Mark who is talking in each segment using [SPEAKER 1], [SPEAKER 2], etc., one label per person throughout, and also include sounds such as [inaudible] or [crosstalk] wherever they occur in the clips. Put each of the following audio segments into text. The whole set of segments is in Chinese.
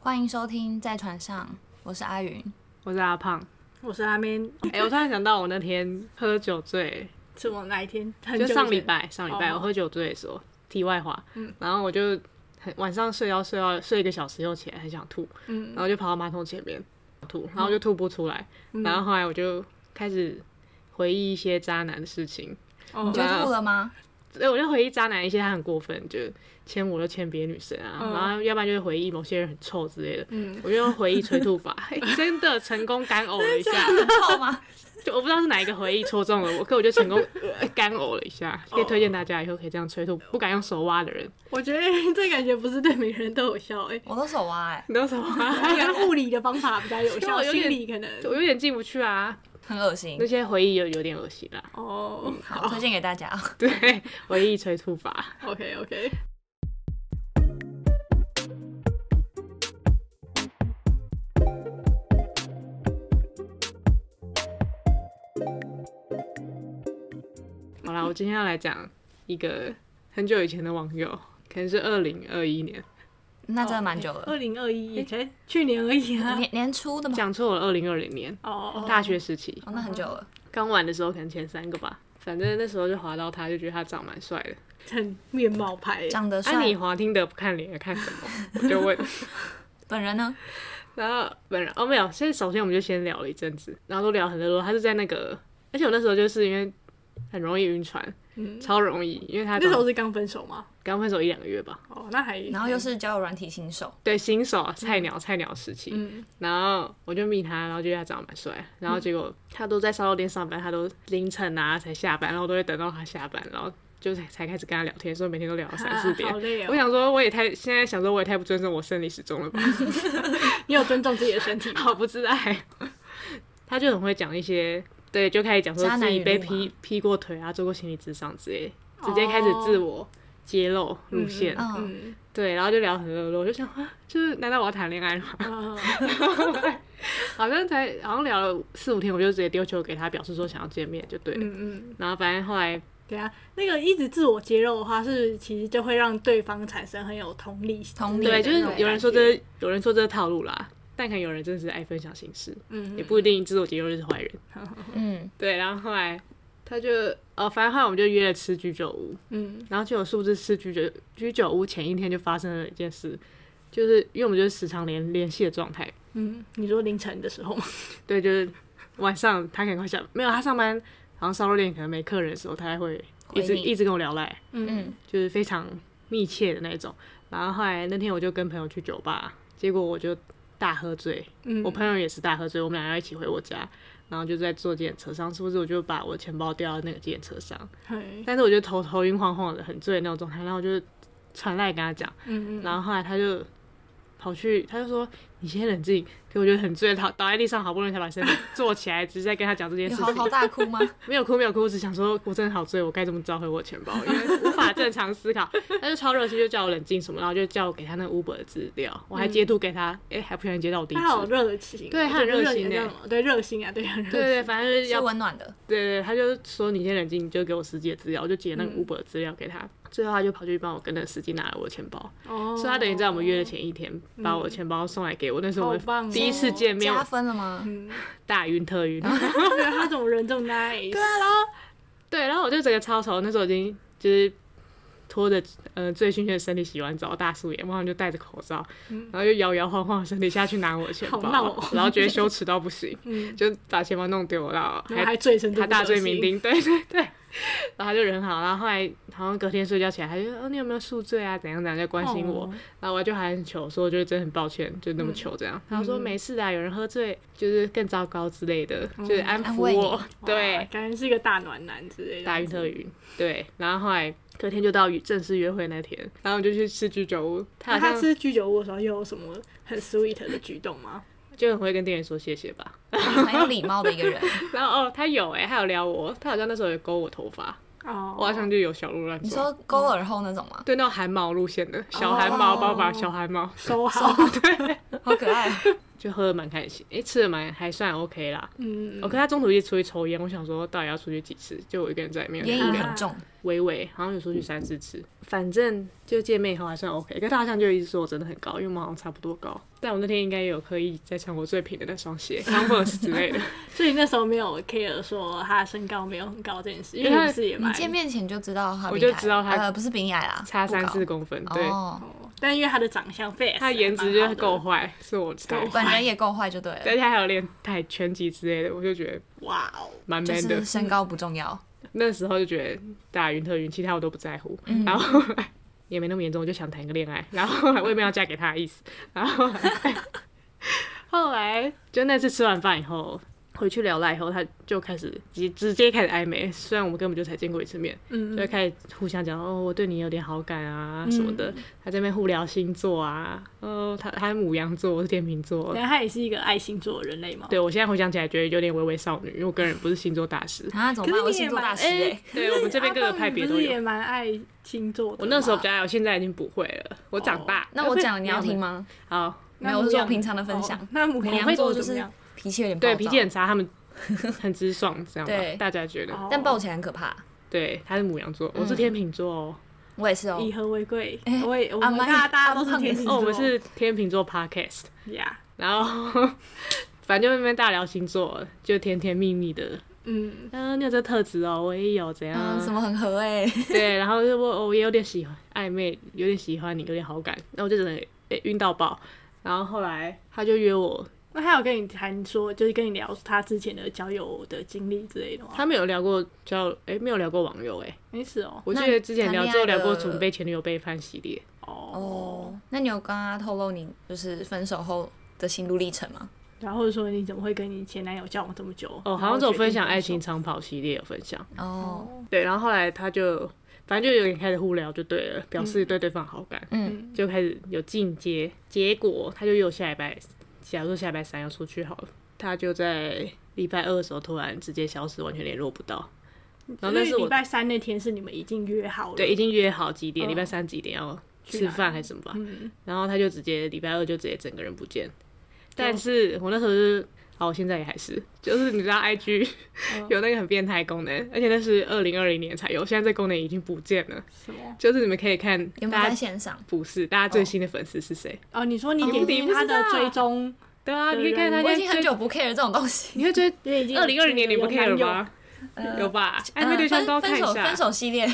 [SPEAKER 1] 欢迎收听《在船上》，我是阿云。
[SPEAKER 2] 我是阿胖。
[SPEAKER 3] 我是阿面，
[SPEAKER 2] 哎、我突然想到，我那天喝酒醉，
[SPEAKER 3] 是我哪一天？很
[SPEAKER 2] 就
[SPEAKER 3] 久以前
[SPEAKER 2] 上礼，拜，上礼拜
[SPEAKER 3] 哦嗯
[SPEAKER 2] 我喝酒醉的时候，题外话，然后我就很晚上睡到睡到睡一个小时又起来，很想吐，
[SPEAKER 3] 嗯
[SPEAKER 2] 然后就跑到马桶前面吐，然后就吐不出来，
[SPEAKER 3] 嗯
[SPEAKER 2] 然后后来我就开始回忆一些渣男的事情，
[SPEAKER 3] 哦
[SPEAKER 1] 你觉得吐了吗？
[SPEAKER 2] 所以我就回忆渣男一些他很过分，就牵我就牵别的女生啊，
[SPEAKER 3] 嗯
[SPEAKER 2] 然后要不然就是回忆某些人很臭之类的。
[SPEAKER 3] 嗯，
[SPEAKER 2] 我就用回忆催吐
[SPEAKER 3] [laughs]
[SPEAKER 2] 法，嘿真的成功干呕了一下。
[SPEAKER 1] 很臭吗？ [laughs]
[SPEAKER 2] [laughs] 就我不知道是哪一个回忆戳中了我，可我就成功呃干呕了一下。可以推荐大家以后可以这样催吐，不敢用手挖的人，
[SPEAKER 3] 我觉得 [laughs] 这感觉不是对每个人都有效、
[SPEAKER 2] [laughs]
[SPEAKER 3] 欸，
[SPEAKER 1] 我都手挖哎、
[SPEAKER 2] 你知道什么？
[SPEAKER 3] 哎，用物理的方法比较有
[SPEAKER 2] 因为 [laughs]
[SPEAKER 3] 效，
[SPEAKER 2] 我有点
[SPEAKER 3] 心理可能
[SPEAKER 2] [laughs] 我有点进不去啊，
[SPEAKER 1] 很恶心
[SPEAKER 2] 那。些回忆有有点恶心啦。 [laughs]
[SPEAKER 3] 哦。 [laughs]
[SPEAKER 1] 好，推荐给大家。
[SPEAKER 2] 对，回忆催吐法。
[SPEAKER 3] OK OK，
[SPEAKER 2] 好啦，我今天要来讲一个很久以前的网友，可能是二零二一年，
[SPEAKER 1] 那真的蛮久了，
[SPEAKER 3] 哦二零二一也才去年而已啊。
[SPEAKER 1] 年年初的吗？
[SPEAKER 2] 讲错了，二零二零年
[SPEAKER 3] 哦，
[SPEAKER 2] 大学时期
[SPEAKER 1] 哦，那很久了。
[SPEAKER 2] 刚玩的时候，可能前三个吧。反正那时候就滑到他，就觉得他长蛮帅的。
[SPEAKER 3] 很面貌派、欸，
[SPEAKER 1] 长得
[SPEAKER 2] 哎、
[SPEAKER 1] 帅
[SPEAKER 2] 你，滑听的不看脸，看什么？我就问。
[SPEAKER 1] 本人呢？
[SPEAKER 2] 然后本来哦没有，先首先我们就先聊了一阵子，然后都聊很热络。他是在那个，而且我那时候就是因为很容易晕船，
[SPEAKER 3] 嗯，
[SPEAKER 2] 超容易，因为他
[SPEAKER 3] 那时候是刚分手吗？
[SPEAKER 2] 刚分手一两个月吧，
[SPEAKER 3] 哦，那
[SPEAKER 2] 嗯
[SPEAKER 3] 还
[SPEAKER 1] 然后又是交友软体新手，
[SPEAKER 2] 对新手啊菜鸟菜鸟时期，
[SPEAKER 3] 嗯，
[SPEAKER 2] 然后我就密他，然后觉得他长得蛮帅，然后结果他都在烧肉店上班，他都凌晨啊才下班，然后我都会等到他下班，然后就才才开始跟他聊天，所以每天都聊到三四点
[SPEAKER 3] 啊。 [laughs] 好累
[SPEAKER 2] 我
[SPEAKER 3] 哦。
[SPEAKER 2] 想说，我也太现在想说，我也太不尊重我生理时钟了吧。
[SPEAKER 3] 你有尊重自己的身体
[SPEAKER 2] [laughs]
[SPEAKER 3] 吗？
[SPEAKER 2] 好不自爱。他就很会讲一些，对，就开始讲说
[SPEAKER 1] 渣男
[SPEAKER 2] 自己被
[SPEAKER 1] 语录啊嘛
[SPEAKER 2] 劈劈过腿啊，做过心理智商之类，直接开始自我揭露路线。
[SPEAKER 1] 嗯，
[SPEAKER 3] 嗯，
[SPEAKER 2] 对，然后就聊很热络，我就想啊，就是难道我要谈恋爱吗？
[SPEAKER 1] 嗯
[SPEAKER 3] 啊
[SPEAKER 2] [laughs] 好像才好像聊了四五天，我就直接丢球给他，表示说想要见面就对了。
[SPEAKER 3] 嗯嗯，
[SPEAKER 2] 然后反正后来
[SPEAKER 3] 对啊，那个一直自我揭露的话，是其实就会让对方产生很有同理心
[SPEAKER 1] 同理
[SPEAKER 3] 的
[SPEAKER 1] 对
[SPEAKER 2] 对，就是
[SPEAKER 3] 那种
[SPEAKER 2] 有人说
[SPEAKER 3] 感觉
[SPEAKER 2] 这有人说这是套路啦，但可能有人真的是爱分享心事，
[SPEAKER 3] 嗯，
[SPEAKER 2] 也不一定自我揭露就是坏人。
[SPEAKER 1] 嗯，
[SPEAKER 2] 对，然后后来他就呃，反正后来我们就约了吃居酒屋，
[SPEAKER 3] 嗯，
[SPEAKER 2] 然后就有素知吃居酒居酒屋前一天就发生了一件事，就是因为我们就是时常联联系的状态，
[SPEAKER 3] 嗯，你说凌晨的时候吗？
[SPEAKER 2] 对，就是晚上他赶快下，没有他上班，好像烧肉店可能没客人的时候，他还会一
[SPEAKER 1] 回
[SPEAKER 2] 直
[SPEAKER 1] 你
[SPEAKER 2] 一直跟我聊赖，
[SPEAKER 1] 嗯，
[SPEAKER 2] 就是非常密切的那种。然后后来那天我就跟朋友去酒吧，结果我就大喝醉，
[SPEAKER 3] 嗯
[SPEAKER 2] 我朋友也是大喝醉，我们俩要一起回我家，然后就在坐电车上，是不是我就把我钱包掉到那个电车上？
[SPEAKER 3] 嘿
[SPEAKER 2] 但是我就头头晕晃晃的，很醉的那种状态，然后我就传赖跟他讲，
[SPEAKER 3] 嗯嗯，
[SPEAKER 2] 然后后来他就跑去，他就说你先冷静，可我觉得很醉，倒倒在地上，好不容易才把身体坐起来，只是在跟他讲这件
[SPEAKER 1] 有
[SPEAKER 2] 事
[SPEAKER 1] 嚎
[SPEAKER 2] 情，
[SPEAKER 1] 啕大哭吗？
[SPEAKER 2] 没有哭没有哭，我只想说我真的好醉，我该怎么找回我钱包，因为无法正常思考，他就超热心，就叫我冷静什么，然后就叫我给他那 Uber 的资料，我还截图给他，哎、还不小心截到我地址
[SPEAKER 3] 他，好热情，
[SPEAKER 2] 对他很热情欸
[SPEAKER 3] 的，对热心啊，对很热
[SPEAKER 2] 对
[SPEAKER 3] 情，
[SPEAKER 2] 对，反正就是
[SPEAKER 1] 是
[SPEAKER 2] [laughs] 要
[SPEAKER 1] 温暖的，
[SPEAKER 2] 对对，他就说你先冷静，你就给我司机的资料，我就截那个
[SPEAKER 3] 嗯
[SPEAKER 2] Uber 的资料给他。最后他就跑去帮我跟那个司机拿了我的钱包，
[SPEAKER 3] 哦，
[SPEAKER 2] 所以他等于在我们约的前一天把我的钱包送来给我。那是我
[SPEAKER 3] 嗯好棒
[SPEAKER 2] 们
[SPEAKER 3] 哦
[SPEAKER 2] 第一次见面，
[SPEAKER 1] 加
[SPEAKER 2] 我
[SPEAKER 1] 分了吗？
[SPEAKER 3] 嗯，
[SPEAKER 2] 大晕特晕。
[SPEAKER 3] 对他怎么人这么
[SPEAKER 2] [laughs]
[SPEAKER 3] nice？对啊，
[SPEAKER 2] 对，然后我就整个超丑，那时候已经就是拖着呃醉醺醺的身体洗完澡，大素颜，然后就戴着口罩，然后就摇摇晃晃的身体下去拿我的钱包，
[SPEAKER 3] 嗯好闹哦
[SPEAKER 2] 然后觉得羞耻到不行，
[SPEAKER 3] 嗯
[SPEAKER 2] 就把钱包弄丢了，
[SPEAKER 3] 然后还醉成这
[SPEAKER 2] 他
[SPEAKER 3] 副
[SPEAKER 2] 大醉
[SPEAKER 3] 德行
[SPEAKER 2] 酩，酊，对对对，然后他就人很好，然后后来好像隔天睡觉起来，他就说哦你有没有宿醉啊？怎样怎样在关心我，
[SPEAKER 3] 哦
[SPEAKER 2] 然后我就还很糗，说就是真的很抱歉，就那么
[SPEAKER 1] 嗯
[SPEAKER 2] 糗这样。他说没事的啊，有人喝醉就是更糟糕之类的，就是安
[SPEAKER 1] 哦安
[SPEAKER 2] 抚
[SPEAKER 1] 慰
[SPEAKER 2] 我
[SPEAKER 1] 你，
[SPEAKER 3] 哇
[SPEAKER 2] [laughs] 对，
[SPEAKER 3] 感觉是一个大暖男之类的，
[SPEAKER 2] 大云特云，对，然后后来。隔天就到正式约会那天，然后我就去吃居酒屋。他
[SPEAKER 3] 那
[SPEAKER 2] 好
[SPEAKER 1] 啊
[SPEAKER 3] 他
[SPEAKER 2] 像
[SPEAKER 3] 吃居酒屋的时候又有什么很 sweet 的举动吗？
[SPEAKER 2] 就很会跟店员说谢谢吧。
[SPEAKER 1] 蛮有礼貌的一
[SPEAKER 2] [laughs]
[SPEAKER 1] 个人，
[SPEAKER 2] 然后哦，他有哎、他有撩我，他好像那时候有勾我头发，
[SPEAKER 3] 哦，
[SPEAKER 2] 我好像就有小鹿乱
[SPEAKER 1] 你
[SPEAKER 2] 撞。
[SPEAKER 1] 说勾耳后那种吗？
[SPEAKER 2] 对那种汗毛路线的小汗毛，
[SPEAKER 3] 哦
[SPEAKER 2] 帮我把小汗毛
[SPEAKER 3] 收好，
[SPEAKER 2] [laughs]
[SPEAKER 1] 好可爱哦，
[SPEAKER 2] 就喝的蛮开心，诶、吃的蛮还算 OK 啦。
[SPEAKER 3] [laughs] 嗯，
[SPEAKER 2] 我跟哦他中途一直出去抽烟，我想说到底要出去几次，就我一个人在里面，
[SPEAKER 1] 烟瘾很重，
[SPEAKER 2] 微微好像有出去三四次，啊反正就见面以后还算 OK。跟大象就一直说我真的很高，因为我们好像差不多高，但我那天应该也有刻意在穿我最平的那双鞋 [laughs] Converse 之类的。
[SPEAKER 3] 所以那时候没有 care 说他的身高没有很高这件事，因为
[SPEAKER 2] 因为
[SPEAKER 3] 你
[SPEAKER 2] 他
[SPEAKER 3] 不是也
[SPEAKER 1] 你
[SPEAKER 3] 蛮，
[SPEAKER 1] 见面前就知道他比
[SPEAKER 2] 嗯我
[SPEAKER 1] 你矮，
[SPEAKER 2] 就知道他
[SPEAKER 1] 呃不是比你矮啦，
[SPEAKER 2] 差
[SPEAKER 1] 不高
[SPEAKER 2] 三四公分，对，
[SPEAKER 1] 哦，
[SPEAKER 3] 哦但因 [laughs] 为他的长相 face，
[SPEAKER 2] 他颜值就是够坏，是我猜。
[SPEAKER 3] 够坏
[SPEAKER 1] 本人也够坏就对了，
[SPEAKER 2] [laughs] 而且还有练泰拳击之类的，我就觉得
[SPEAKER 3] 哇哦，
[SPEAKER 2] 蛮
[SPEAKER 1] 就
[SPEAKER 2] man 的。
[SPEAKER 1] 是身高不重要，
[SPEAKER 2] 那时候就觉得打云特云，其他我都不在乎。
[SPEAKER 1] 嗯
[SPEAKER 2] 然后后来也没那么严重，我就想谈个恋爱。然后后来我也没有要嫁给他的意思。然后后来后来就那次吃完饭以后，回去聊了以后，他就开始直直接开始暧昧。虽然我们根本就才见过一次面，
[SPEAKER 3] 嗯，
[SPEAKER 2] 就开始互相讲哦，我对你有点好感啊什么的。他这边互聊星座啊，哦，他他是母羊座，我是天秤座。
[SPEAKER 3] 然后他也是一个爱星座的人类嘛，
[SPEAKER 2] 对我现在回想起来，觉得有点微微少女，因为我个人不是星座大师。
[SPEAKER 1] 啊，怎
[SPEAKER 3] 可
[SPEAKER 1] 么
[SPEAKER 3] 是
[SPEAKER 1] 办？我
[SPEAKER 3] 你也
[SPEAKER 1] 星座大
[SPEAKER 3] 蛮
[SPEAKER 1] 师哎，
[SPEAKER 2] [laughs] 对我们欸这边各个派别都
[SPEAKER 3] 不是
[SPEAKER 2] 有
[SPEAKER 3] 也。蛮爱星座的。
[SPEAKER 2] 我那时候比，较有，现在已经不会了。我长大，
[SPEAKER 1] 哦
[SPEAKER 2] 哎
[SPEAKER 1] 那我讲你要听？吗？
[SPEAKER 2] 好，
[SPEAKER 1] 没有，我是说我平常的分享
[SPEAKER 3] 哦。那母
[SPEAKER 1] 母
[SPEAKER 3] 羊
[SPEAKER 1] 羊座
[SPEAKER 3] 怎
[SPEAKER 1] 就
[SPEAKER 3] 么
[SPEAKER 1] 是
[SPEAKER 3] 样？
[SPEAKER 1] 脾气有点暴
[SPEAKER 2] 对
[SPEAKER 1] 躁，
[SPEAKER 2] 脾气很差，他们很直爽，这样吧
[SPEAKER 1] 对，
[SPEAKER 2] [laughs] 大家觉得？
[SPEAKER 1] 但
[SPEAKER 3] 抱
[SPEAKER 1] 抱起来很可怕。
[SPEAKER 2] 对，他是母羊座，
[SPEAKER 1] 嗯
[SPEAKER 2] 我是天秤座哦，
[SPEAKER 1] 我也是哦，
[SPEAKER 3] 以和为贵，
[SPEAKER 1] 哎
[SPEAKER 3] 我也我们
[SPEAKER 1] 阿妈
[SPEAKER 3] 大大家都是天秤
[SPEAKER 2] 哦，
[SPEAKER 3] 座，
[SPEAKER 2] 我们是天秤座 podcast，
[SPEAKER 3] 呀，
[SPEAKER 2] 然后 [laughs] 反正就那边大聊星座，就甜甜蜜蜜的。
[SPEAKER 3] 嗯，
[SPEAKER 2] 嗯，你有这特质哦，我也有，怎样
[SPEAKER 1] 嗯，？什么很合哎，
[SPEAKER 2] 对，然后就我我也有点喜欢暧昧，有点喜欢你，有点好感，那我就真的诶晕到爆。然后后来他就约我
[SPEAKER 3] 那他有跟你谈说，就是跟你聊他之前的交友的经历之类的吗？
[SPEAKER 2] 他们有聊过交友，哎、没有聊过网友、哎，
[SPEAKER 3] 没事哦，
[SPEAKER 2] 我记
[SPEAKER 1] 那
[SPEAKER 2] 得之前聊
[SPEAKER 1] 谈恋
[SPEAKER 2] 之后
[SPEAKER 1] 爱
[SPEAKER 2] 聊过
[SPEAKER 1] 的
[SPEAKER 2] 准备前女友背叛系列，
[SPEAKER 3] 哦，
[SPEAKER 1] [laughs] 哦，那你有跟他透露你就是分手后的心路历程吗？
[SPEAKER 3] 然后说你怎么会跟你前男友交往这么久？
[SPEAKER 2] 哦，好像只有分享爱情长跑系列有分享，
[SPEAKER 1] 哦，
[SPEAKER 2] 对，然后后来他就反正就有点开始互聊就对了，表示对对方好感，
[SPEAKER 1] 嗯，
[SPEAKER 2] 就开始有进阶，结果他就约我下礼拜，假如说下礼拜三要出去好了，他就在礼拜二的时候突然直接消失，完全联络不到，然后
[SPEAKER 3] 因
[SPEAKER 2] 那
[SPEAKER 3] 为
[SPEAKER 2] 是
[SPEAKER 3] 礼
[SPEAKER 2] 我
[SPEAKER 3] 拜三那嗯天是你们已经约好了，
[SPEAKER 2] 对已经约好几点，
[SPEAKER 3] 嗯
[SPEAKER 2] 礼拜三几点要吃
[SPEAKER 3] 哪
[SPEAKER 2] 饭还是什么吧，
[SPEAKER 3] 嗯，
[SPEAKER 2] 然后他就直接礼拜二就直接整个人不见。但是我那时候就是，哦，我现在也还是，就是你知道 IG
[SPEAKER 3] 嗯
[SPEAKER 2] 有那个很变态功能，而且那是二零二零年才有，现在这功能已经不见了。
[SPEAKER 3] 什么？
[SPEAKER 2] 就是你们可以看
[SPEAKER 1] 有哦没有
[SPEAKER 2] 大
[SPEAKER 1] 在
[SPEAKER 2] 家
[SPEAKER 1] 线上？
[SPEAKER 2] 不是大家最新的粉丝是谁？
[SPEAKER 3] 哦，你说你
[SPEAKER 2] 哦
[SPEAKER 3] 点
[SPEAKER 2] 你
[SPEAKER 3] 进
[SPEAKER 2] 不知
[SPEAKER 3] 他的
[SPEAKER 2] 道
[SPEAKER 3] 追踪，
[SPEAKER 2] 对啊，
[SPEAKER 3] 对
[SPEAKER 2] [laughs] 你可以看他
[SPEAKER 1] 我已
[SPEAKER 2] 现
[SPEAKER 1] 经
[SPEAKER 2] 在
[SPEAKER 1] 很
[SPEAKER 2] 追，
[SPEAKER 1] 久不 care 这种东西。
[SPEAKER 2] 你会追
[SPEAKER 3] 因为已经
[SPEAKER 2] 二零二零年你不 care 了吗？
[SPEAKER 1] 呃
[SPEAKER 2] [laughs] 有吧？暧昧
[SPEAKER 1] 呃
[SPEAKER 2] 对象都要
[SPEAKER 1] 分
[SPEAKER 2] 看
[SPEAKER 1] 分
[SPEAKER 2] 一
[SPEAKER 1] 手
[SPEAKER 2] 下
[SPEAKER 1] 分，手系
[SPEAKER 2] [laughs]
[SPEAKER 1] 列，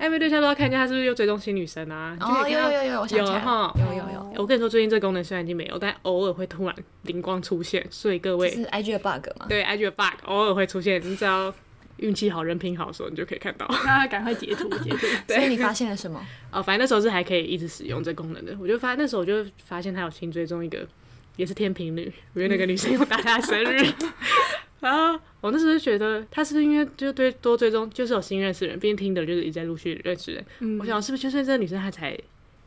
[SPEAKER 2] 暧昧对象都要看一下他是不是又追踪新女生啊？你就
[SPEAKER 1] 哦，
[SPEAKER 2] 可以
[SPEAKER 1] 有
[SPEAKER 2] 看
[SPEAKER 1] 有
[SPEAKER 2] 到
[SPEAKER 1] 有有，我想起来
[SPEAKER 2] 有啊哈哎
[SPEAKER 1] 了，有有有，
[SPEAKER 3] 哦
[SPEAKER 2] 我跟你说，最近这功能虽然已经没有，但偶尔会突然灵光出现，所以各位
[SPEAKER 1] 这是 IG 的 bug 吗？
[SPEAKER 2] 对 IG 的 bug 偶尔会出现，你只要运气好、人品好的时候，你就可以看到。
[SPEAKER 3] 那赶快截图
[SPEAKER 2] [laughs]
[SPEAKER 3] 截图，
[SPEAKER 1] 所以你发现了什么？
[SPEAKER 2] 哦，反正那时候是还可以一直使用这功能的。我就发那时候我就发现他有新追踪一个也是天平女，我觉得那个女生又打她生日。 [laughs] 然后我那时候就觉得他是不是因为就对多追踪，就是有新认识人，毕竟听的就是一直在陆续认识人。
[SPEAKER 3] 嗯
[SPEAKER 2] 我想是不是就是这个女生她才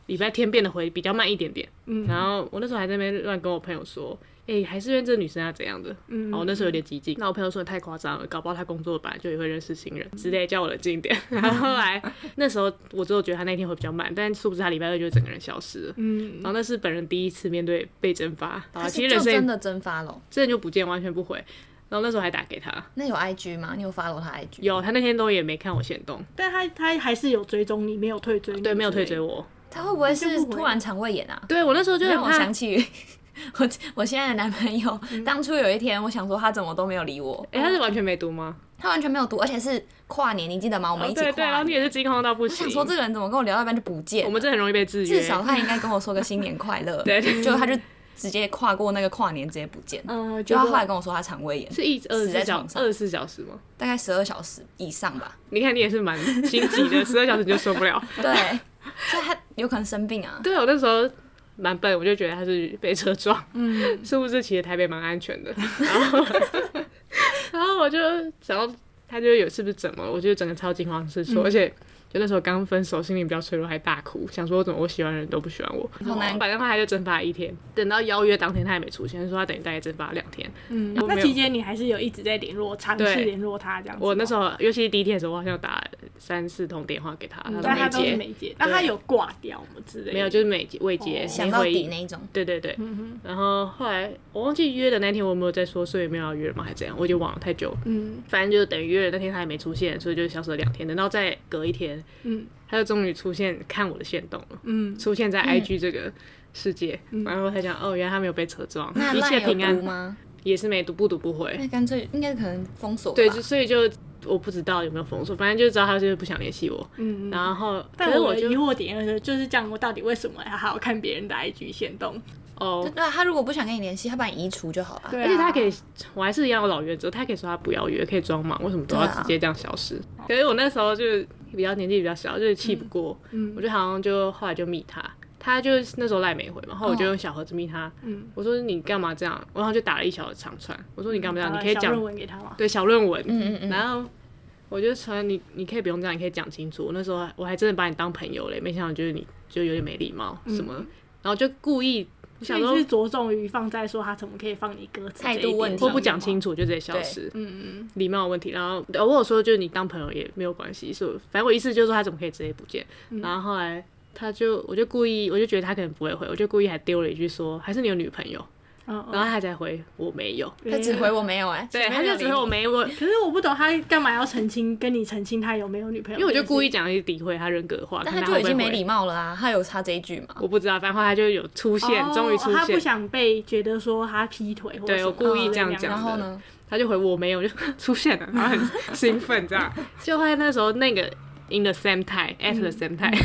[SPEAKER 2] 礼拜天变得回比较慢一点点。
[SPEAKER 3] 嗯
[SPEAKER 2] 然后我那时候还在那边乱跟我朋友说，哎、还是因为这个女生她怎样的，
[SPEAKER 3] 嗯
[SPEAKER 2] 哦，我那时候有点激进。那我朋友说你太夸张了，搞不好他工作本来就也会认识新人之类，叫我冷静一点。 [laughs] 然后后
[SPEAKER 1] [laughs]
[SPEAKER 2] 来那时候我只有觉得他那天会比较慢，但殊不知他礼拜二就整个人消失了。
[SPEAKER 3] 嗯
[SPEAKER 2] 然后那是本人第一次面对被蒸发，啊，
[SPEAKER 1] 他
[SPEAKER 2] 其
[SPEAKER 1] 是就
[SPEAKER 2] 实人
[SPEAKER 1] 真
[SPEAKER 2] 生
[SPEAKER 1] 的蒸发了？
[SPEAKER 2] 真的就不见，完全不回。然后那时候还打给他，
[SPEAKER 1] 那有 IG 吗？你有 follow 他 IG？
[SPEAKER 2] 有他那天都也没看我行动，
[SPEAKER 3] 但他他还是有追踪你，没有退追
[SPEAKER 1] 嗯
[SPEAKER 3] 你，
[SPEAKER 2] 对，没有退追。我。
[SPEAKER 1] 他会不会
[SPEAKER 3] 就是不回
[SPEAKER 1] 突然肠胃炎啊？
[SPEAKER 2] 对我那时候就很
[SPEAKER 1] 让我
[SPEAKER 2] 怕
[SPEAKER 1] 想，起我我现在的男朋友，
[SPEAKER 2] 嗯
[SPEAKER 1] 当初有一天我想说他怎么都没有理我，
[SPEAKER 2] 哎、他是完全没读吗？
[SPEAKER 1] 他完全没有读，而且是跨年，你记得吗？我们一起
[SPEAKER 2] 哦对对，然
[SPEAKER 1] 跨
[SPEAKER 2] 后你
[SPEAKER 1] 年。
[SPEAKER 2] 也是惊慌到不
[SPEAKER 1] 我想
[SPEAKER 2] 行。
[SPEAKER 1] 说这个人怎么跟我聊到一半就不见了，
[SPEAKER 2] 我们真的很容易被制约，
[SPEAKER 1] 至少他应该跟我说个新年快乐。
[SPEAKER 2] 对
[SPEAKER 1] 就他就直接跨过那个跨年，直接不见。
[SPEAKER 3] 呃，
[SPEAKER 1] 就
[SPEAKER 3] 就
[SPEAKER 1] 他后来跟我说他肠胃炎，
[SPEAKER 2] 是一二十
[SPEAKER 1] 死在
[SPEAKER 2] 四小
[SPEAKER 1] 床上
[SPEAKER 2] 二十四小时吗？
[SPEAKER 1] 大概十二小时以上
[SPEAKER 2] [laughs]
[SPEAKER 1] 吧。
[SPEAKER 2] 你看你也是蛮心急
[SPEAKER 1] [laughs]
[SPEAKER 2] 的，十二小时你就受不了。
[SPEAKER 1] 对，所以他有可能生病啊。
[SPEAKER 2] [laughs] 对我那时候蛮笨，我就觉得他是被车撞，
[SPEAKER 3] 嗯，
[SPEAKER 2] 殊不知其实台北蛮安全的。然后， [laughs] 然后我就想到他就有是不是怎么了，我就整个超惊慌失
[SPEAKER 3] 嗯
[SPEAKER 2] 措，而且就那时候刚分手，心里比较脆弱，还大哭，想说怎么我喜欢的人都不喜欢我。
[SPEAKER 1] 好难
[SPEAKER 2] 反正他就蒸发一天，等到邀约当天他也没出现，说他等于大概蒸发两天。
[SPEAKER 3] 嗯，
[SPEAKER 2] 我没有
[SPEAKER 3] 那期间你还是有一直在联络，尝试
[SPEAKER 2] 对
[SPEAKER 3] 联络他这样子吗。
[SPEAKER 2] 我那时候，尤其是第一天的时候，我好像打三四通电话给他，他都
[SPEAKER 3] 但他都是
[SPEAKER 2] 接，
[SPEAKER 3] 没接，但他有挂掉吗之类的？
[SPEAKER 2] 没有就是没接未接，
[SPEAKER 3] 哦
[SPEAKER 2] 没
[SPEAKER 1] 想到
[SPEAKER 2] 回
[SPEAKER 1] 底那一种，
[SPEAKER 2] 对对对，
[SPEAKER 3] 嗯
[SPEAKER 2] 然后后来我忘记约的那天我有没有在说，所以没有要约了嘛，还是怎样，我已经忘了太久了。
[SPEAKER 3] 嗯
[SPEAKER 2] 反正就等于约了那天他还没出现，所以就消失了两天。等到再隔一天，
[SPEAKER 3] 嗯
[SPEAKER 2] 他就终于出现看我的线动了，
[SPEAKER 3] 嗯，
[SPEAKER 2] 出现在 IG 这个世界，然后他讲哦，原来他没有被车撞，
[SPEAKER 1] 那
[SPEAKER 2] 一
[SPEAKER 1] 赖
[SPEAKER 2] 切
[SPEAKER 1] 有
[SPEAKER 2] 平安
[SPEAKER 1] 毒，吗？
[SPEAKER 2] 也是没读不读不回。
[SPEAKER 1] 那干脆应该可能封锁吧。
[SPEAKER 2] 对，就所以就我不知道有没有封锁，反正就知道他就是不想联系我。
[SPEAKER 3] 嗯嗯
[SPEAKER 2] 然后，可
[SPEAKER 3] 但
[SPEAKER 2] 是
[SPEAKER 3] 我
[SPEAKER 2] 我
[SPEAKER 3] 的疑
[SPEAKER 2] 就
[SPEAKER 3] 惑点就是，就是这样，我到底为什么还要看别人的 IG 线动？
[SPEAKER 2] 哦
[SPEAKER 1] 就，对啊，他如果不想跟你联系，他把你移除就好了。
[SPEAKER 3] 对啊
[SPEAKER 2] 而且他可以，我还是一样有老原则，他可以说他不要约，可以装忙，为什么都要
[SPEAKER 1] 对啊
[SPEAKER 2] 直接这样消失？可是我那时候就是比较年纪比较小，就是气不过，
[SPEAKER 3] 嗯
[SPEAKER 2] 我就好像就后来就密他，他就是那时候赖没回嘛，然后我就用小盒子密他，
[SPEAKER 3] 嗯
[SPEAKER 2] 我说你干嘛这样？然后就打了一小长串，我说你干嘛这样？
[SPEAKER 3] 好
[SPEAKER 2] 你
[SPEAKER 3] 了
[SPEAKER 2] 可以
[SPEAKER 3] 啊嗯小
[SPEAKER 2] 讲
[SPEAKER 3] 论文给他吗？
[SPEAKER 2] 对小论文，
[SPEAKER 1] 嗯嗯嗯，
[SPEAKER 2] 然后我就传你，你可以不用这样，你可以讲清楚。我那时候还我还真的把你当朋友嘞，没想到就是你就有点没礼貌什么，然后就故意我
[SPEAKER 3] 所
[SPEAKER 2] 想
[SPEAKER 3] 以
[SPEAKER 2] 说
[SPEAKER 3] 是着重于放在说他怎么可以放你鸽子这
[SPEAKER 1] 态
[SPEAKER 3] 一
[SPEAKER 1] 度问
[SPEAKER 3] 点
[SPEAKER 1] 题
[SPEAKER 2] 或
[SPEAKER 3] 上
[SPEAKER 2] 不
[SPEAKER 3] 面
[SPEAKER 2] 讲
[SPEAKER 3] 吗
[SPEAKER 2] 清楚就直接消失，
[SPEAKER 3] 嗯嗯
[SPEAKER 2] 礼貌的问题。然后呃我有说就是你当朋友也没有关系，所以反正我意思就是说他怎么可以直接不见。
[SPEAKER 1] 嗯
[SPEAKER 2] 然后后来他就我就故意我就觉得他可能不会回，我就故意还丢了一句说还是你有女朋友，
[SPEAKER 1] 哦
[SPEAKER 3] 嗯
[SPEAKER 2] 然
[SPEAKER 3] 嗯
[SPEAKER 2] 后他才回我没有。
[SPEAKER 3] 嗯，
[SPEAKER 1] 他只回我没有哎，
[SPEAKER 2] 对，
[SPEAKER 1] 没
[SPEAKER 2] 他
[SPEAKER 1] 有
[SPEAKER 2] 就
[SPEAKER 1] 人
[SPEAKER 2] 只
[SPEAKER 1] 理
[SPEAKER 2] 回我
[SPEAKER 1] 你。
[SPEAKER 2] 没我，
[SPEAKER 3] 可是我不懂他干嘛要澄清，跟你澄清他有没有女朋友
[SPEAKER 2] 因为
[SPEAKER 3] 这
[SPEAKER 2] 我
[SPEAKER 3] 件事？
[SPEAKER 2] 就故意讲一些诋毁他人格的话，
[SPEAKER 1] 但
[SPEAKER 2] 看
[SPEAKER 1] 他就
[SPEAKER 2] 他会
[SPEAKER 1] 已
[SPEAKER 2] 不会
[SPEAKER 1] 经没
[SPEAKER 2] 回
[SPEAKER 1] 礼貌了啊，他有差这一句吗？
[SPEAKER 2] 我不知道，反正后来他就有出现，
[SPEAKER 3] 哦
[SPEAKER 2] 终于出
[SPEAKER 3] 他不
[SPEAKER 2] 现，
[SPEAKER 3] 想被觉得说他劈腿或者
[SPEAKER 2] 对
[SPEAKER 3] 什
[SPEAKER 2] 我
[SPEAKER 3] 么
[SPEAKER 2] 故
[SPEAKER 3] 之
[SPEAKER 2] 意
[SPEAKER 3] 类
[SPEAKER 2] 这样
[SPEAKER 3] 那
[SPEAKER 2] 讲
[SPEAKER 1] 然
[SPEAKER 2] 的
[SPEAKER 1] 后呢？
[SPEAKER 2] 他就回我没有，我就 [laughs] 出现了，然后很兴奋这样。就后来那时候那个 in the same time at the same time，、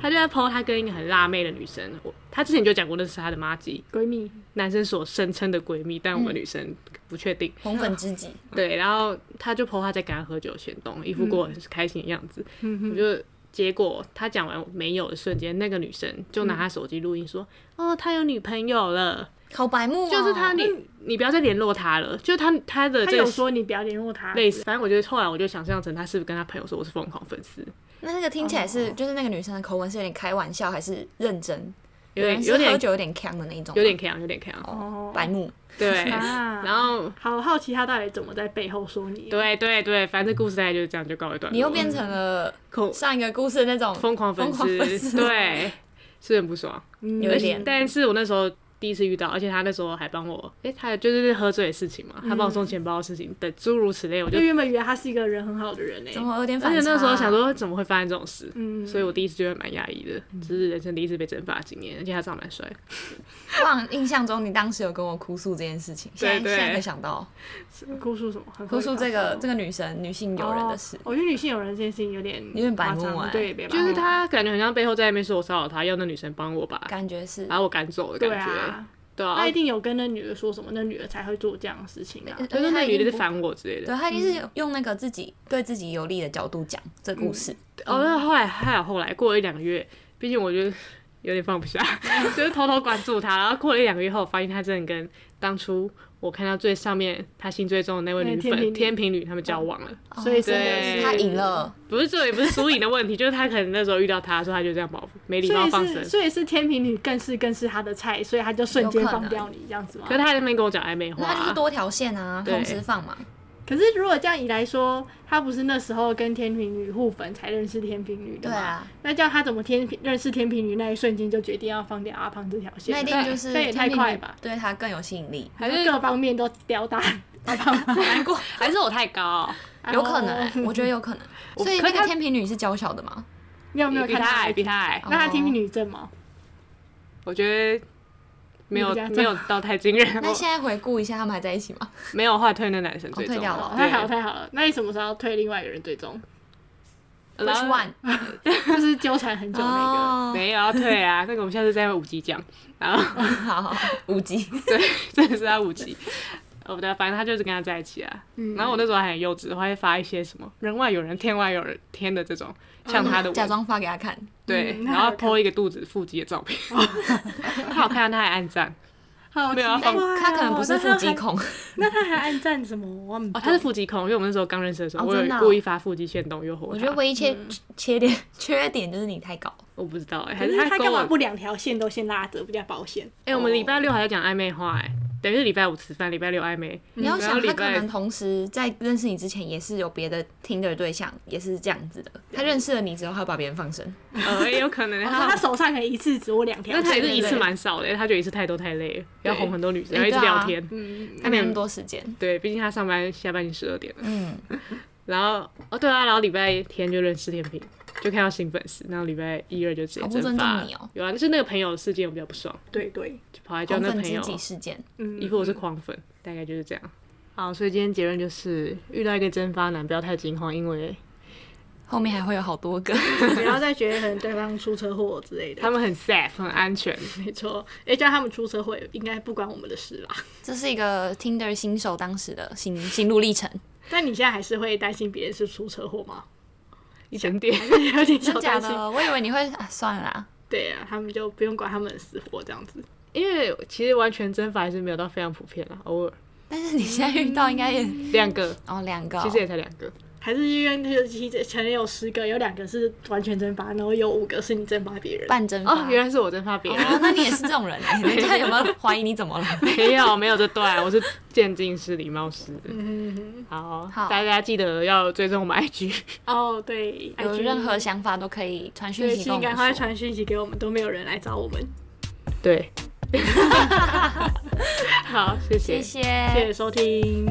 [SPEAKER 2] 他 [laughs] 就在 PO 他跟一个很辣妹的女生，我他之前就讲过那是他的妈鸡，
[SPEAKER 3] 闺蜜，
[SPEAKER 2] 男生所声称的闺蜜，但我们女生不确定。
[SPEAKER 1] 红粉知己，
[SPEAKER 2] 对，然后他就 PO 他在跟他喝酒的行动，一副过得很开心的样子。我就结果他讲完没有的瞬间，那个女生就拿他手机录音说：“哦，他有女朋友了。”
[SPEAKER 1] 好白目哦。
[SPEAKER 2] 就是他，你你不要再联络他了，就是他他的
[SPEAKER 3] 他
[SPEAKER 2] 这
[SPEAKER 3] 有
[SPEAKER 2] 个
[SPEAKER 3] 说你不要联络他，
[SPEAKER 2] 类似，反正我觉得后来我就想象成他是不是跟他朋友说我是疯狂粉丝，
[SPEAKER 1] 那那个听起来
[SPEAKER 2] 哦
[SPEAKER 1] 是，就是那个女生的口吻是有点开玩笑还是认真？
[SPEAKER 2] 有点
[SPEAKER 1] 人是
[SPEAKER 2] 有点
[SPEAKER 1] 喝酒有点呛的那一种吗，
[SPEAKER 2] 有点 can 有点 can，
[SPEAKER 1] 哦白目。 [laughs]
[SPEAKER 2] 对，
[SPEAKER 3] 啊
[SPEAKER 2] 然后
[SPEAKER 3] 好好奇他到底怎么在背后说你？
[SPEAKER 2] 对对对，反正故事大概就是这样就告一段落，
[SPEAKER 1] 你又变成了
[SPEAKER 2] 恐
[SPEAKER 1] 上一个故事的那种
[SPEAKER 2] 疯狂粉
[SPEAKER 1] 疯狂粉
[SPEAKER 2] 丝，
[SPEAKER 1] 丝
[SPEAKER 2] 对，是很不爽，
[SPEAKER 3] 嗯，
[SPEAKER 1] 有
[SPEAKER 2] 而
[SPEAKER 1] 一
[SPEAKER 2] 且
[SPEAKER 1] 点
[SPEAKER 2] 但是我那时候。第一次遇到，而且他那时候还帮我，哎、他就是喝醉的事情嘛，他
[SPEAKER 1] 嗯
[SPEAKER 2] 帮我送钱包的事情等诸如此类，我就
[SPEAKER 3] 就，原本以为他是一个人很好的人呢、
[SPEAKER 1] 怎么有点
[SPEAKER 2] 而
[SPEAKER 1] 反
[SPEAKER 2] 且
[SPEAKER 1] 差？
[SPEAKER 2] 那时候想，说怎么会发生这种事，
[SPEAKER 3] 嗯，
[SPEAKER 2] 所以我第一次觉得蛮压抑的，
[SPEAKER 1] 嗯
[SPEAKER 2] 这是人生第一次被整发的经验，而且他长得蛮帅的，
[SPEAKER 1] 忘印象中你当时有跟我哭诉这件事情，现在
[SPEAKER 2] 对对
[SPEAKER 1] 现在才想到
[SPEAKER 3] 哭诉什么？很
[SPEAKER 1] 哭诉这个这
[SPEAKER 3] 个
[SPEAKER 1] 个女神女性友人的事
[SPEAKER 3] 哦。我觉得女性友人这件事情有点有
[SPEAKER 1] 有点白目哎
[SPEAKER 3] 对，别白
[SPEAKER 2] 就
[SPEAKER 3] 目
[SPEAKER 2] 是他感觉很像背后在那边说我骚扰他，要那女生帮我把
[SPEAKER 1] 感觉是
[SPEAKER 2] 把我赶走的
[SPEAKER 3] 对
[SPEAKER 2] 感觉，
[SPEAKER 3] 啊，
[SPEAKER 2] 对
[SPEAKER 3] 他
[SPEAKER 2] 啊
[SPEAKER 3] 一，定有跟那女的说什么，那女的才会做这样的事情啊。
[SPEAKER 2] 就是那女的是
[SPEAKER 1] 反，
[SPEAKER 2] 烦我之类的。
[SPEAKER 1] 对她嗯一定是用那个自己对自己有利的角度讲这故事，
[SPEAKER 2] 哦，那后来还有后来过了一两个月，毕竟我就有点放不下， [laughs] 就是偷偷关注他，然后过了一两个月后，发现他真的跟当初我看到最上面他心追踪的那位女
[SPEAKER 3] 那
[SPEAKER 2] 粉
[SPEAKER 3] 个天平女嗯
[SPEAKER 2] 天平女他们交往了，
[SPEAKER 1] 哦
[SPEAKER 3] 所以真的
[SPEAKER 2] 对
[SPEAKER 3] 是
[SPEAKER 1] 她赢，了，
[SPEAKER 2] 不是这也不是输赢的问题，就是他可能那时候遇到他的时候，他就这样报复，没礼
[SPEAKER 3] 所
[SPEAKER 2] 貌
[SPEAKER 3] 以
[SPEAKER 2] 放
[SPEAKER 3] 是
[SPEAKER 2] 生。
[SPEAKER 3] 所以是天平女更是更是他的菜，所以他就瞬间
[SPEAKER 1] 有可能
[SPEAKER 3] 放掉你这样子吗
[SPEAKER 2] 可？是他还在那边跟我讲暧昧话
[SPEAKER 1] 那她就是
[SPEAKER 2] 啊，
[SPEAKER 1] 多条线啊，
[SPEAKER 2] 对
[SPEAKER 1] 同时放嘛。
[SPEAKER 3] 可是如果这样以来说，他不是那时候跟天平女互粉才认识天平女
[SPEAKER 1] 对
[SPEAKER 3] 的吗？
[SPEAKER 1] 啊，
[SPEAKER 3] 那这样他怎么天平认识天平女那一瞬间就决定要放掉阿胖这条线
[SPEAKER 1] 那
[SPEAKER 3] 了？
[SPEAKER 1] 一定
[SPEAKER 3] [laughs]
[SPEAKER 1] 就是
[SPEAKER 3] 这啊也太
[SPEAKER 1] 天秤
[SPEAKER 3] 快吧？
[SPEAKER 1] 对她更有吸引 [laughs] 力。
[SPEAKER 2] 还是
[SPEAKER 3] 各方面都吊 [laughs] 打阿胖，
[SPEAKER 1] 难过，
[SPEAKER 2] 还是我太高，
[SPEAKER 3] 哦
[SPEAKER 1] 有可能、
[SPEAKER 3] [laughs]
[SPEAKER 1] 欸，我觉得有可能。
[SPEAKER 2] 我
[SPEAKER 1] 所以
[SPEAKER 2] 可
[SPEAKER 1] 那
[SPEAKER 2] 是他
[SPEAKER 1] 个天平女是娇小的嘛？
[SPEAKER 3] 你有没有
[SPEAKER 2] 比
[SPEAKER 3] 看
[SPEAKER 2] 他矮，哦
[SPEAKER 3] 到？
[SPEAKER 2] 比他矮。
[SPEAKER 3] 那他天平女正吗？
[SPEAKER 2] 我觉得没有
[SPEAKER 3] 你比较
[SPEAKER 2] 没有到太惊人，
[SPEAKER 1] 那现在回顾一下，他们还在一起吗？
[SPEAKER 2] 我没有后来推那男生最终
[SPEAKER 1] 退掉了
[SPEAKER 3] 哦
[SPEAKER 1] 哦
[SPEAKER 3] 太好了太好了，那你什么时候要推另外一个人最终？ [laughs]
[SPEAKER 2] 对然
[SPEAKER 1] Which
[SPEAKER 2] 后
[SPEAKER 1] one？
[SPEAKER 3] 就是纠缠很久的那
[SPEAKER 1] 哦
[SPEAKER 2] 没有要退啊，那个我们下次再五级讲，然后
[SPEAKER 1] [laughs] 好好，五级。
[SPEAKER 2] 对，真的是他五级。哦，不对，反正他就是跟他在一起啊。
[SPEAKER 3] 嗯
[SPEAKER 2] 然后我那时候还很幼稚，我还会发一些什么“人外有人，天外有人”天的这种，像他的
[SPEAKER 1] 嗯假
[SPEAKER 2] 文，
[SPEAKER 1] 装发给他看，
[SPEAKER 2] 对，
[SPEAKER 3] 嗯
[SPEAKER 2] 然后 po 一个肚子腹肌的照
[SPEAKER 3] [laughs]
[SPEAKER 2] 片，他好看，他还暗赞
[SPEAKER 3] 个，好
[SPEAKER 2] 没有要
[SPEAKER 3] 奇怪
[SPEAKER 2] 放
[SPEAKER 3] 哦
[SPEAKER 1] 他可能不是腹肌，控，
[SPEAKER 3] 那他还那他还暗赞什么？我忘
[SPEAKER 2] 哦，
[SPEAKER 3] 了
[SPEAKER 2] 他是腹肌控，因为我们那时候刚认识的时候，
[SPEAKER 1] 哦
[SPEAKER 2] 我
[SPEAKER 1] 真的
[SPEAKER 2] 有
[SPEAKER 1] 哦
[SPEAKER 2] 故意发腹肌线动诱惑
[SPEAKER 1] 我觉
[SPEAKER 2] 他
[SPEAKER 1] 得唯一缺缺点 [laughs] 缺点就是你太高，
[SPEAKER 2] 我不知道哎、
[SPEAKER 3] 可
[SPEAKER 2] 还
[SPEAKER 3] 是
[SPEAKER 2] 是
[SPEAKER 3] 他
[SPEAKER 2] 跟
[SPEAKER 3] 干嘛
[SPEAKER 2] 我
[SPEAKER 3] 不两条线都先拉着比较保险？
[SPEAKER 1] 哦
[SPEAKER 3] 哦
[SPEAKER 2] 哎、我们礼拜六还在讲暧昧话哎、等于是礼拜五吃饭，礼拜六暧昧，
[SPEAKER 1] 你要
[SPEAKER 2] 嗯然后
[SPEAKER 1] 想，
[SPEAKER 2] 礼
[SPEAKER 1] 他可
[SPEAKER 2] 拜
[SPEAKER 1] 能同时在认识你之前，也是有别的听的对象，也是这样子的。他认识了你之后，他把别人放生。
[SPEAKER 2] [laughs] 呃也有可
[SPEAKER 1] 哦
[SPEAKER 2] 能
[SPEAKER 3] 他他
[SPEAKER 2] 他。
[SPEAKER 3] 手上可能一次只握两条
[SPEAKER 2] 那
[SPEAKER 3] 线，
[SPEAKER 2] 他也是
[SPEAKER 1] 对
[SPEAKER 2] 一
[SPEAKER 1] 对
[SPEAKER 2] 次
[SPEAKER 1] 对
[SPEAKER 2] 蛮少的，他觉得一次太多太累了，要
[SPEAKER 3] 对
[SPEAKER 2] 哄很多女生，
[SPEAKER 1] 哎
[SPEAKER 2] 要一直
[SPEAKER 1] 对啊
[SPEAKER 2] 聊天。
[SPEAKER 3] 嗯，
[SPEAKER 1] 他没那么多时间。
[SPEAKER 2] 对，毕竟他上班下班已经十二点了。
[SPEAKER 1] 嗯，
[SPEAKER 2] [laughs] 然后哦对啊，然后礼拜天就认识天平，就看到新粉丝，然后礼拜一二就直接
[SPEAKER 1] 好不
[SPEAKER 2] 蒸
[SPEAKER 1] 尊
[SPEAKER 2] 发
[SPEAKER 1] 重你哦。
[SPEAKER 2] 有啊，但是那个朋友的事件我比较不爽，
[SPEAKER 3] 对对，
[SPEAKER 2] 就跑来叫
[SPEAKER 1] 狂
[SPEAKER 2] 那
[SPEAKER 1] 粉
[SPEAKER 2] 朋
[SPEAKER 1] 知
[SPEAKER 2] 友
[SPEAKER 1] 己事件，
[SPEAKER 3] 嗯，
[SPEAKER 2] 一副我是狂粉，大概就是这样。好，所以今天结论就是遇到一个蒸发男不要太惊慌，因为
[SPEAKER 1] 后面还会有好多个。
[SPEAKER 3] 不要再觉得可能对方出车祸之类的。
[SPEAKER 2] 他们很 safe 很安全。
[SPEAKER 3] 没错，哎，叫他们出车祸应该不关我们的事啦。
[SPEAKER 1] [laughs] 这是一个 Tinder 新手当时的心心路
[SPEAKER 2] [laughs]
[SPEAKER 1] 历程，
[SPEAKER 3] 但你现在还是会担心别人是出车祸
[SPEAKER 1] [laughs]
[SPEAKER 3] 吗？
[SPEAKER 2] 一点点，
[SPEAKER 3] 有点
[SPEAKER 1] 真
[SPEAKER 3] 小
[SPEAKER 1] 假
[SPEAKER 3] 担心。
[SPEAKER 1] 的？我以为你会啊，算了啦，
[SPEAKER 3] 对啊，他们就不用管他们的死活这样子。
[SPEAKER 2] 因为其实完全蒸发还是没有到非常普遍啦，偶尔
[SPEAKER 1] 但是你现在遇到应该也
[SPEAKER 2] 两个，
[SPEAKER 1] 哦两个哦、
[SPEAKER 2] 嗯其实也才两个。
[SPEAKER 3] 还是因为那个其实前面有十个，有两个是完全蒸发，然后有五个是你蒸发别人。
[SPEAKER 1] 半蒸发。
[SPEAKER 2] 哦，原来是我蒸发别人，
[SPEAKER 1] 哦那你也是这种人哎、人家有没有怀疑你怎么了？
[SPEAKER 2] [laughs]
[SPEAKER 1] [laughs]
[SPEAKER 2] 没有没有这啊段，我是鉴定师、礼貌师。
[SPEAKER 3] 嗯哼
[SPEAKER 2] 好，
[SPEAKER 1] 好
[SPEAKER 2] 大家记得要追踪我们 IG。
[SPEAKER 3] 哼，哦对，
[SPEAKER 1] 有
[SPEAKER 3] IG
[SPEAKER 1] 任何想法都可以传讯
[SPEAKER 3] 对，
[SPEAKER 1] 息跟我
[SPEAKER 3] 请
[SPEAKER 1] 们
[SPEAKER 3] 赶快
[SPEAKER 1] 说。
[SPEAKER 3] 传讯息给我们，都没有人来找我们。
[SPEAKER 2] [laughs] 对，好，谢
[SPEAKER 1] 谢
[SPEAKER 2] 谢
[SPEAKER 1] 谢，哎
[SPEAKER 3] 谢谢收听。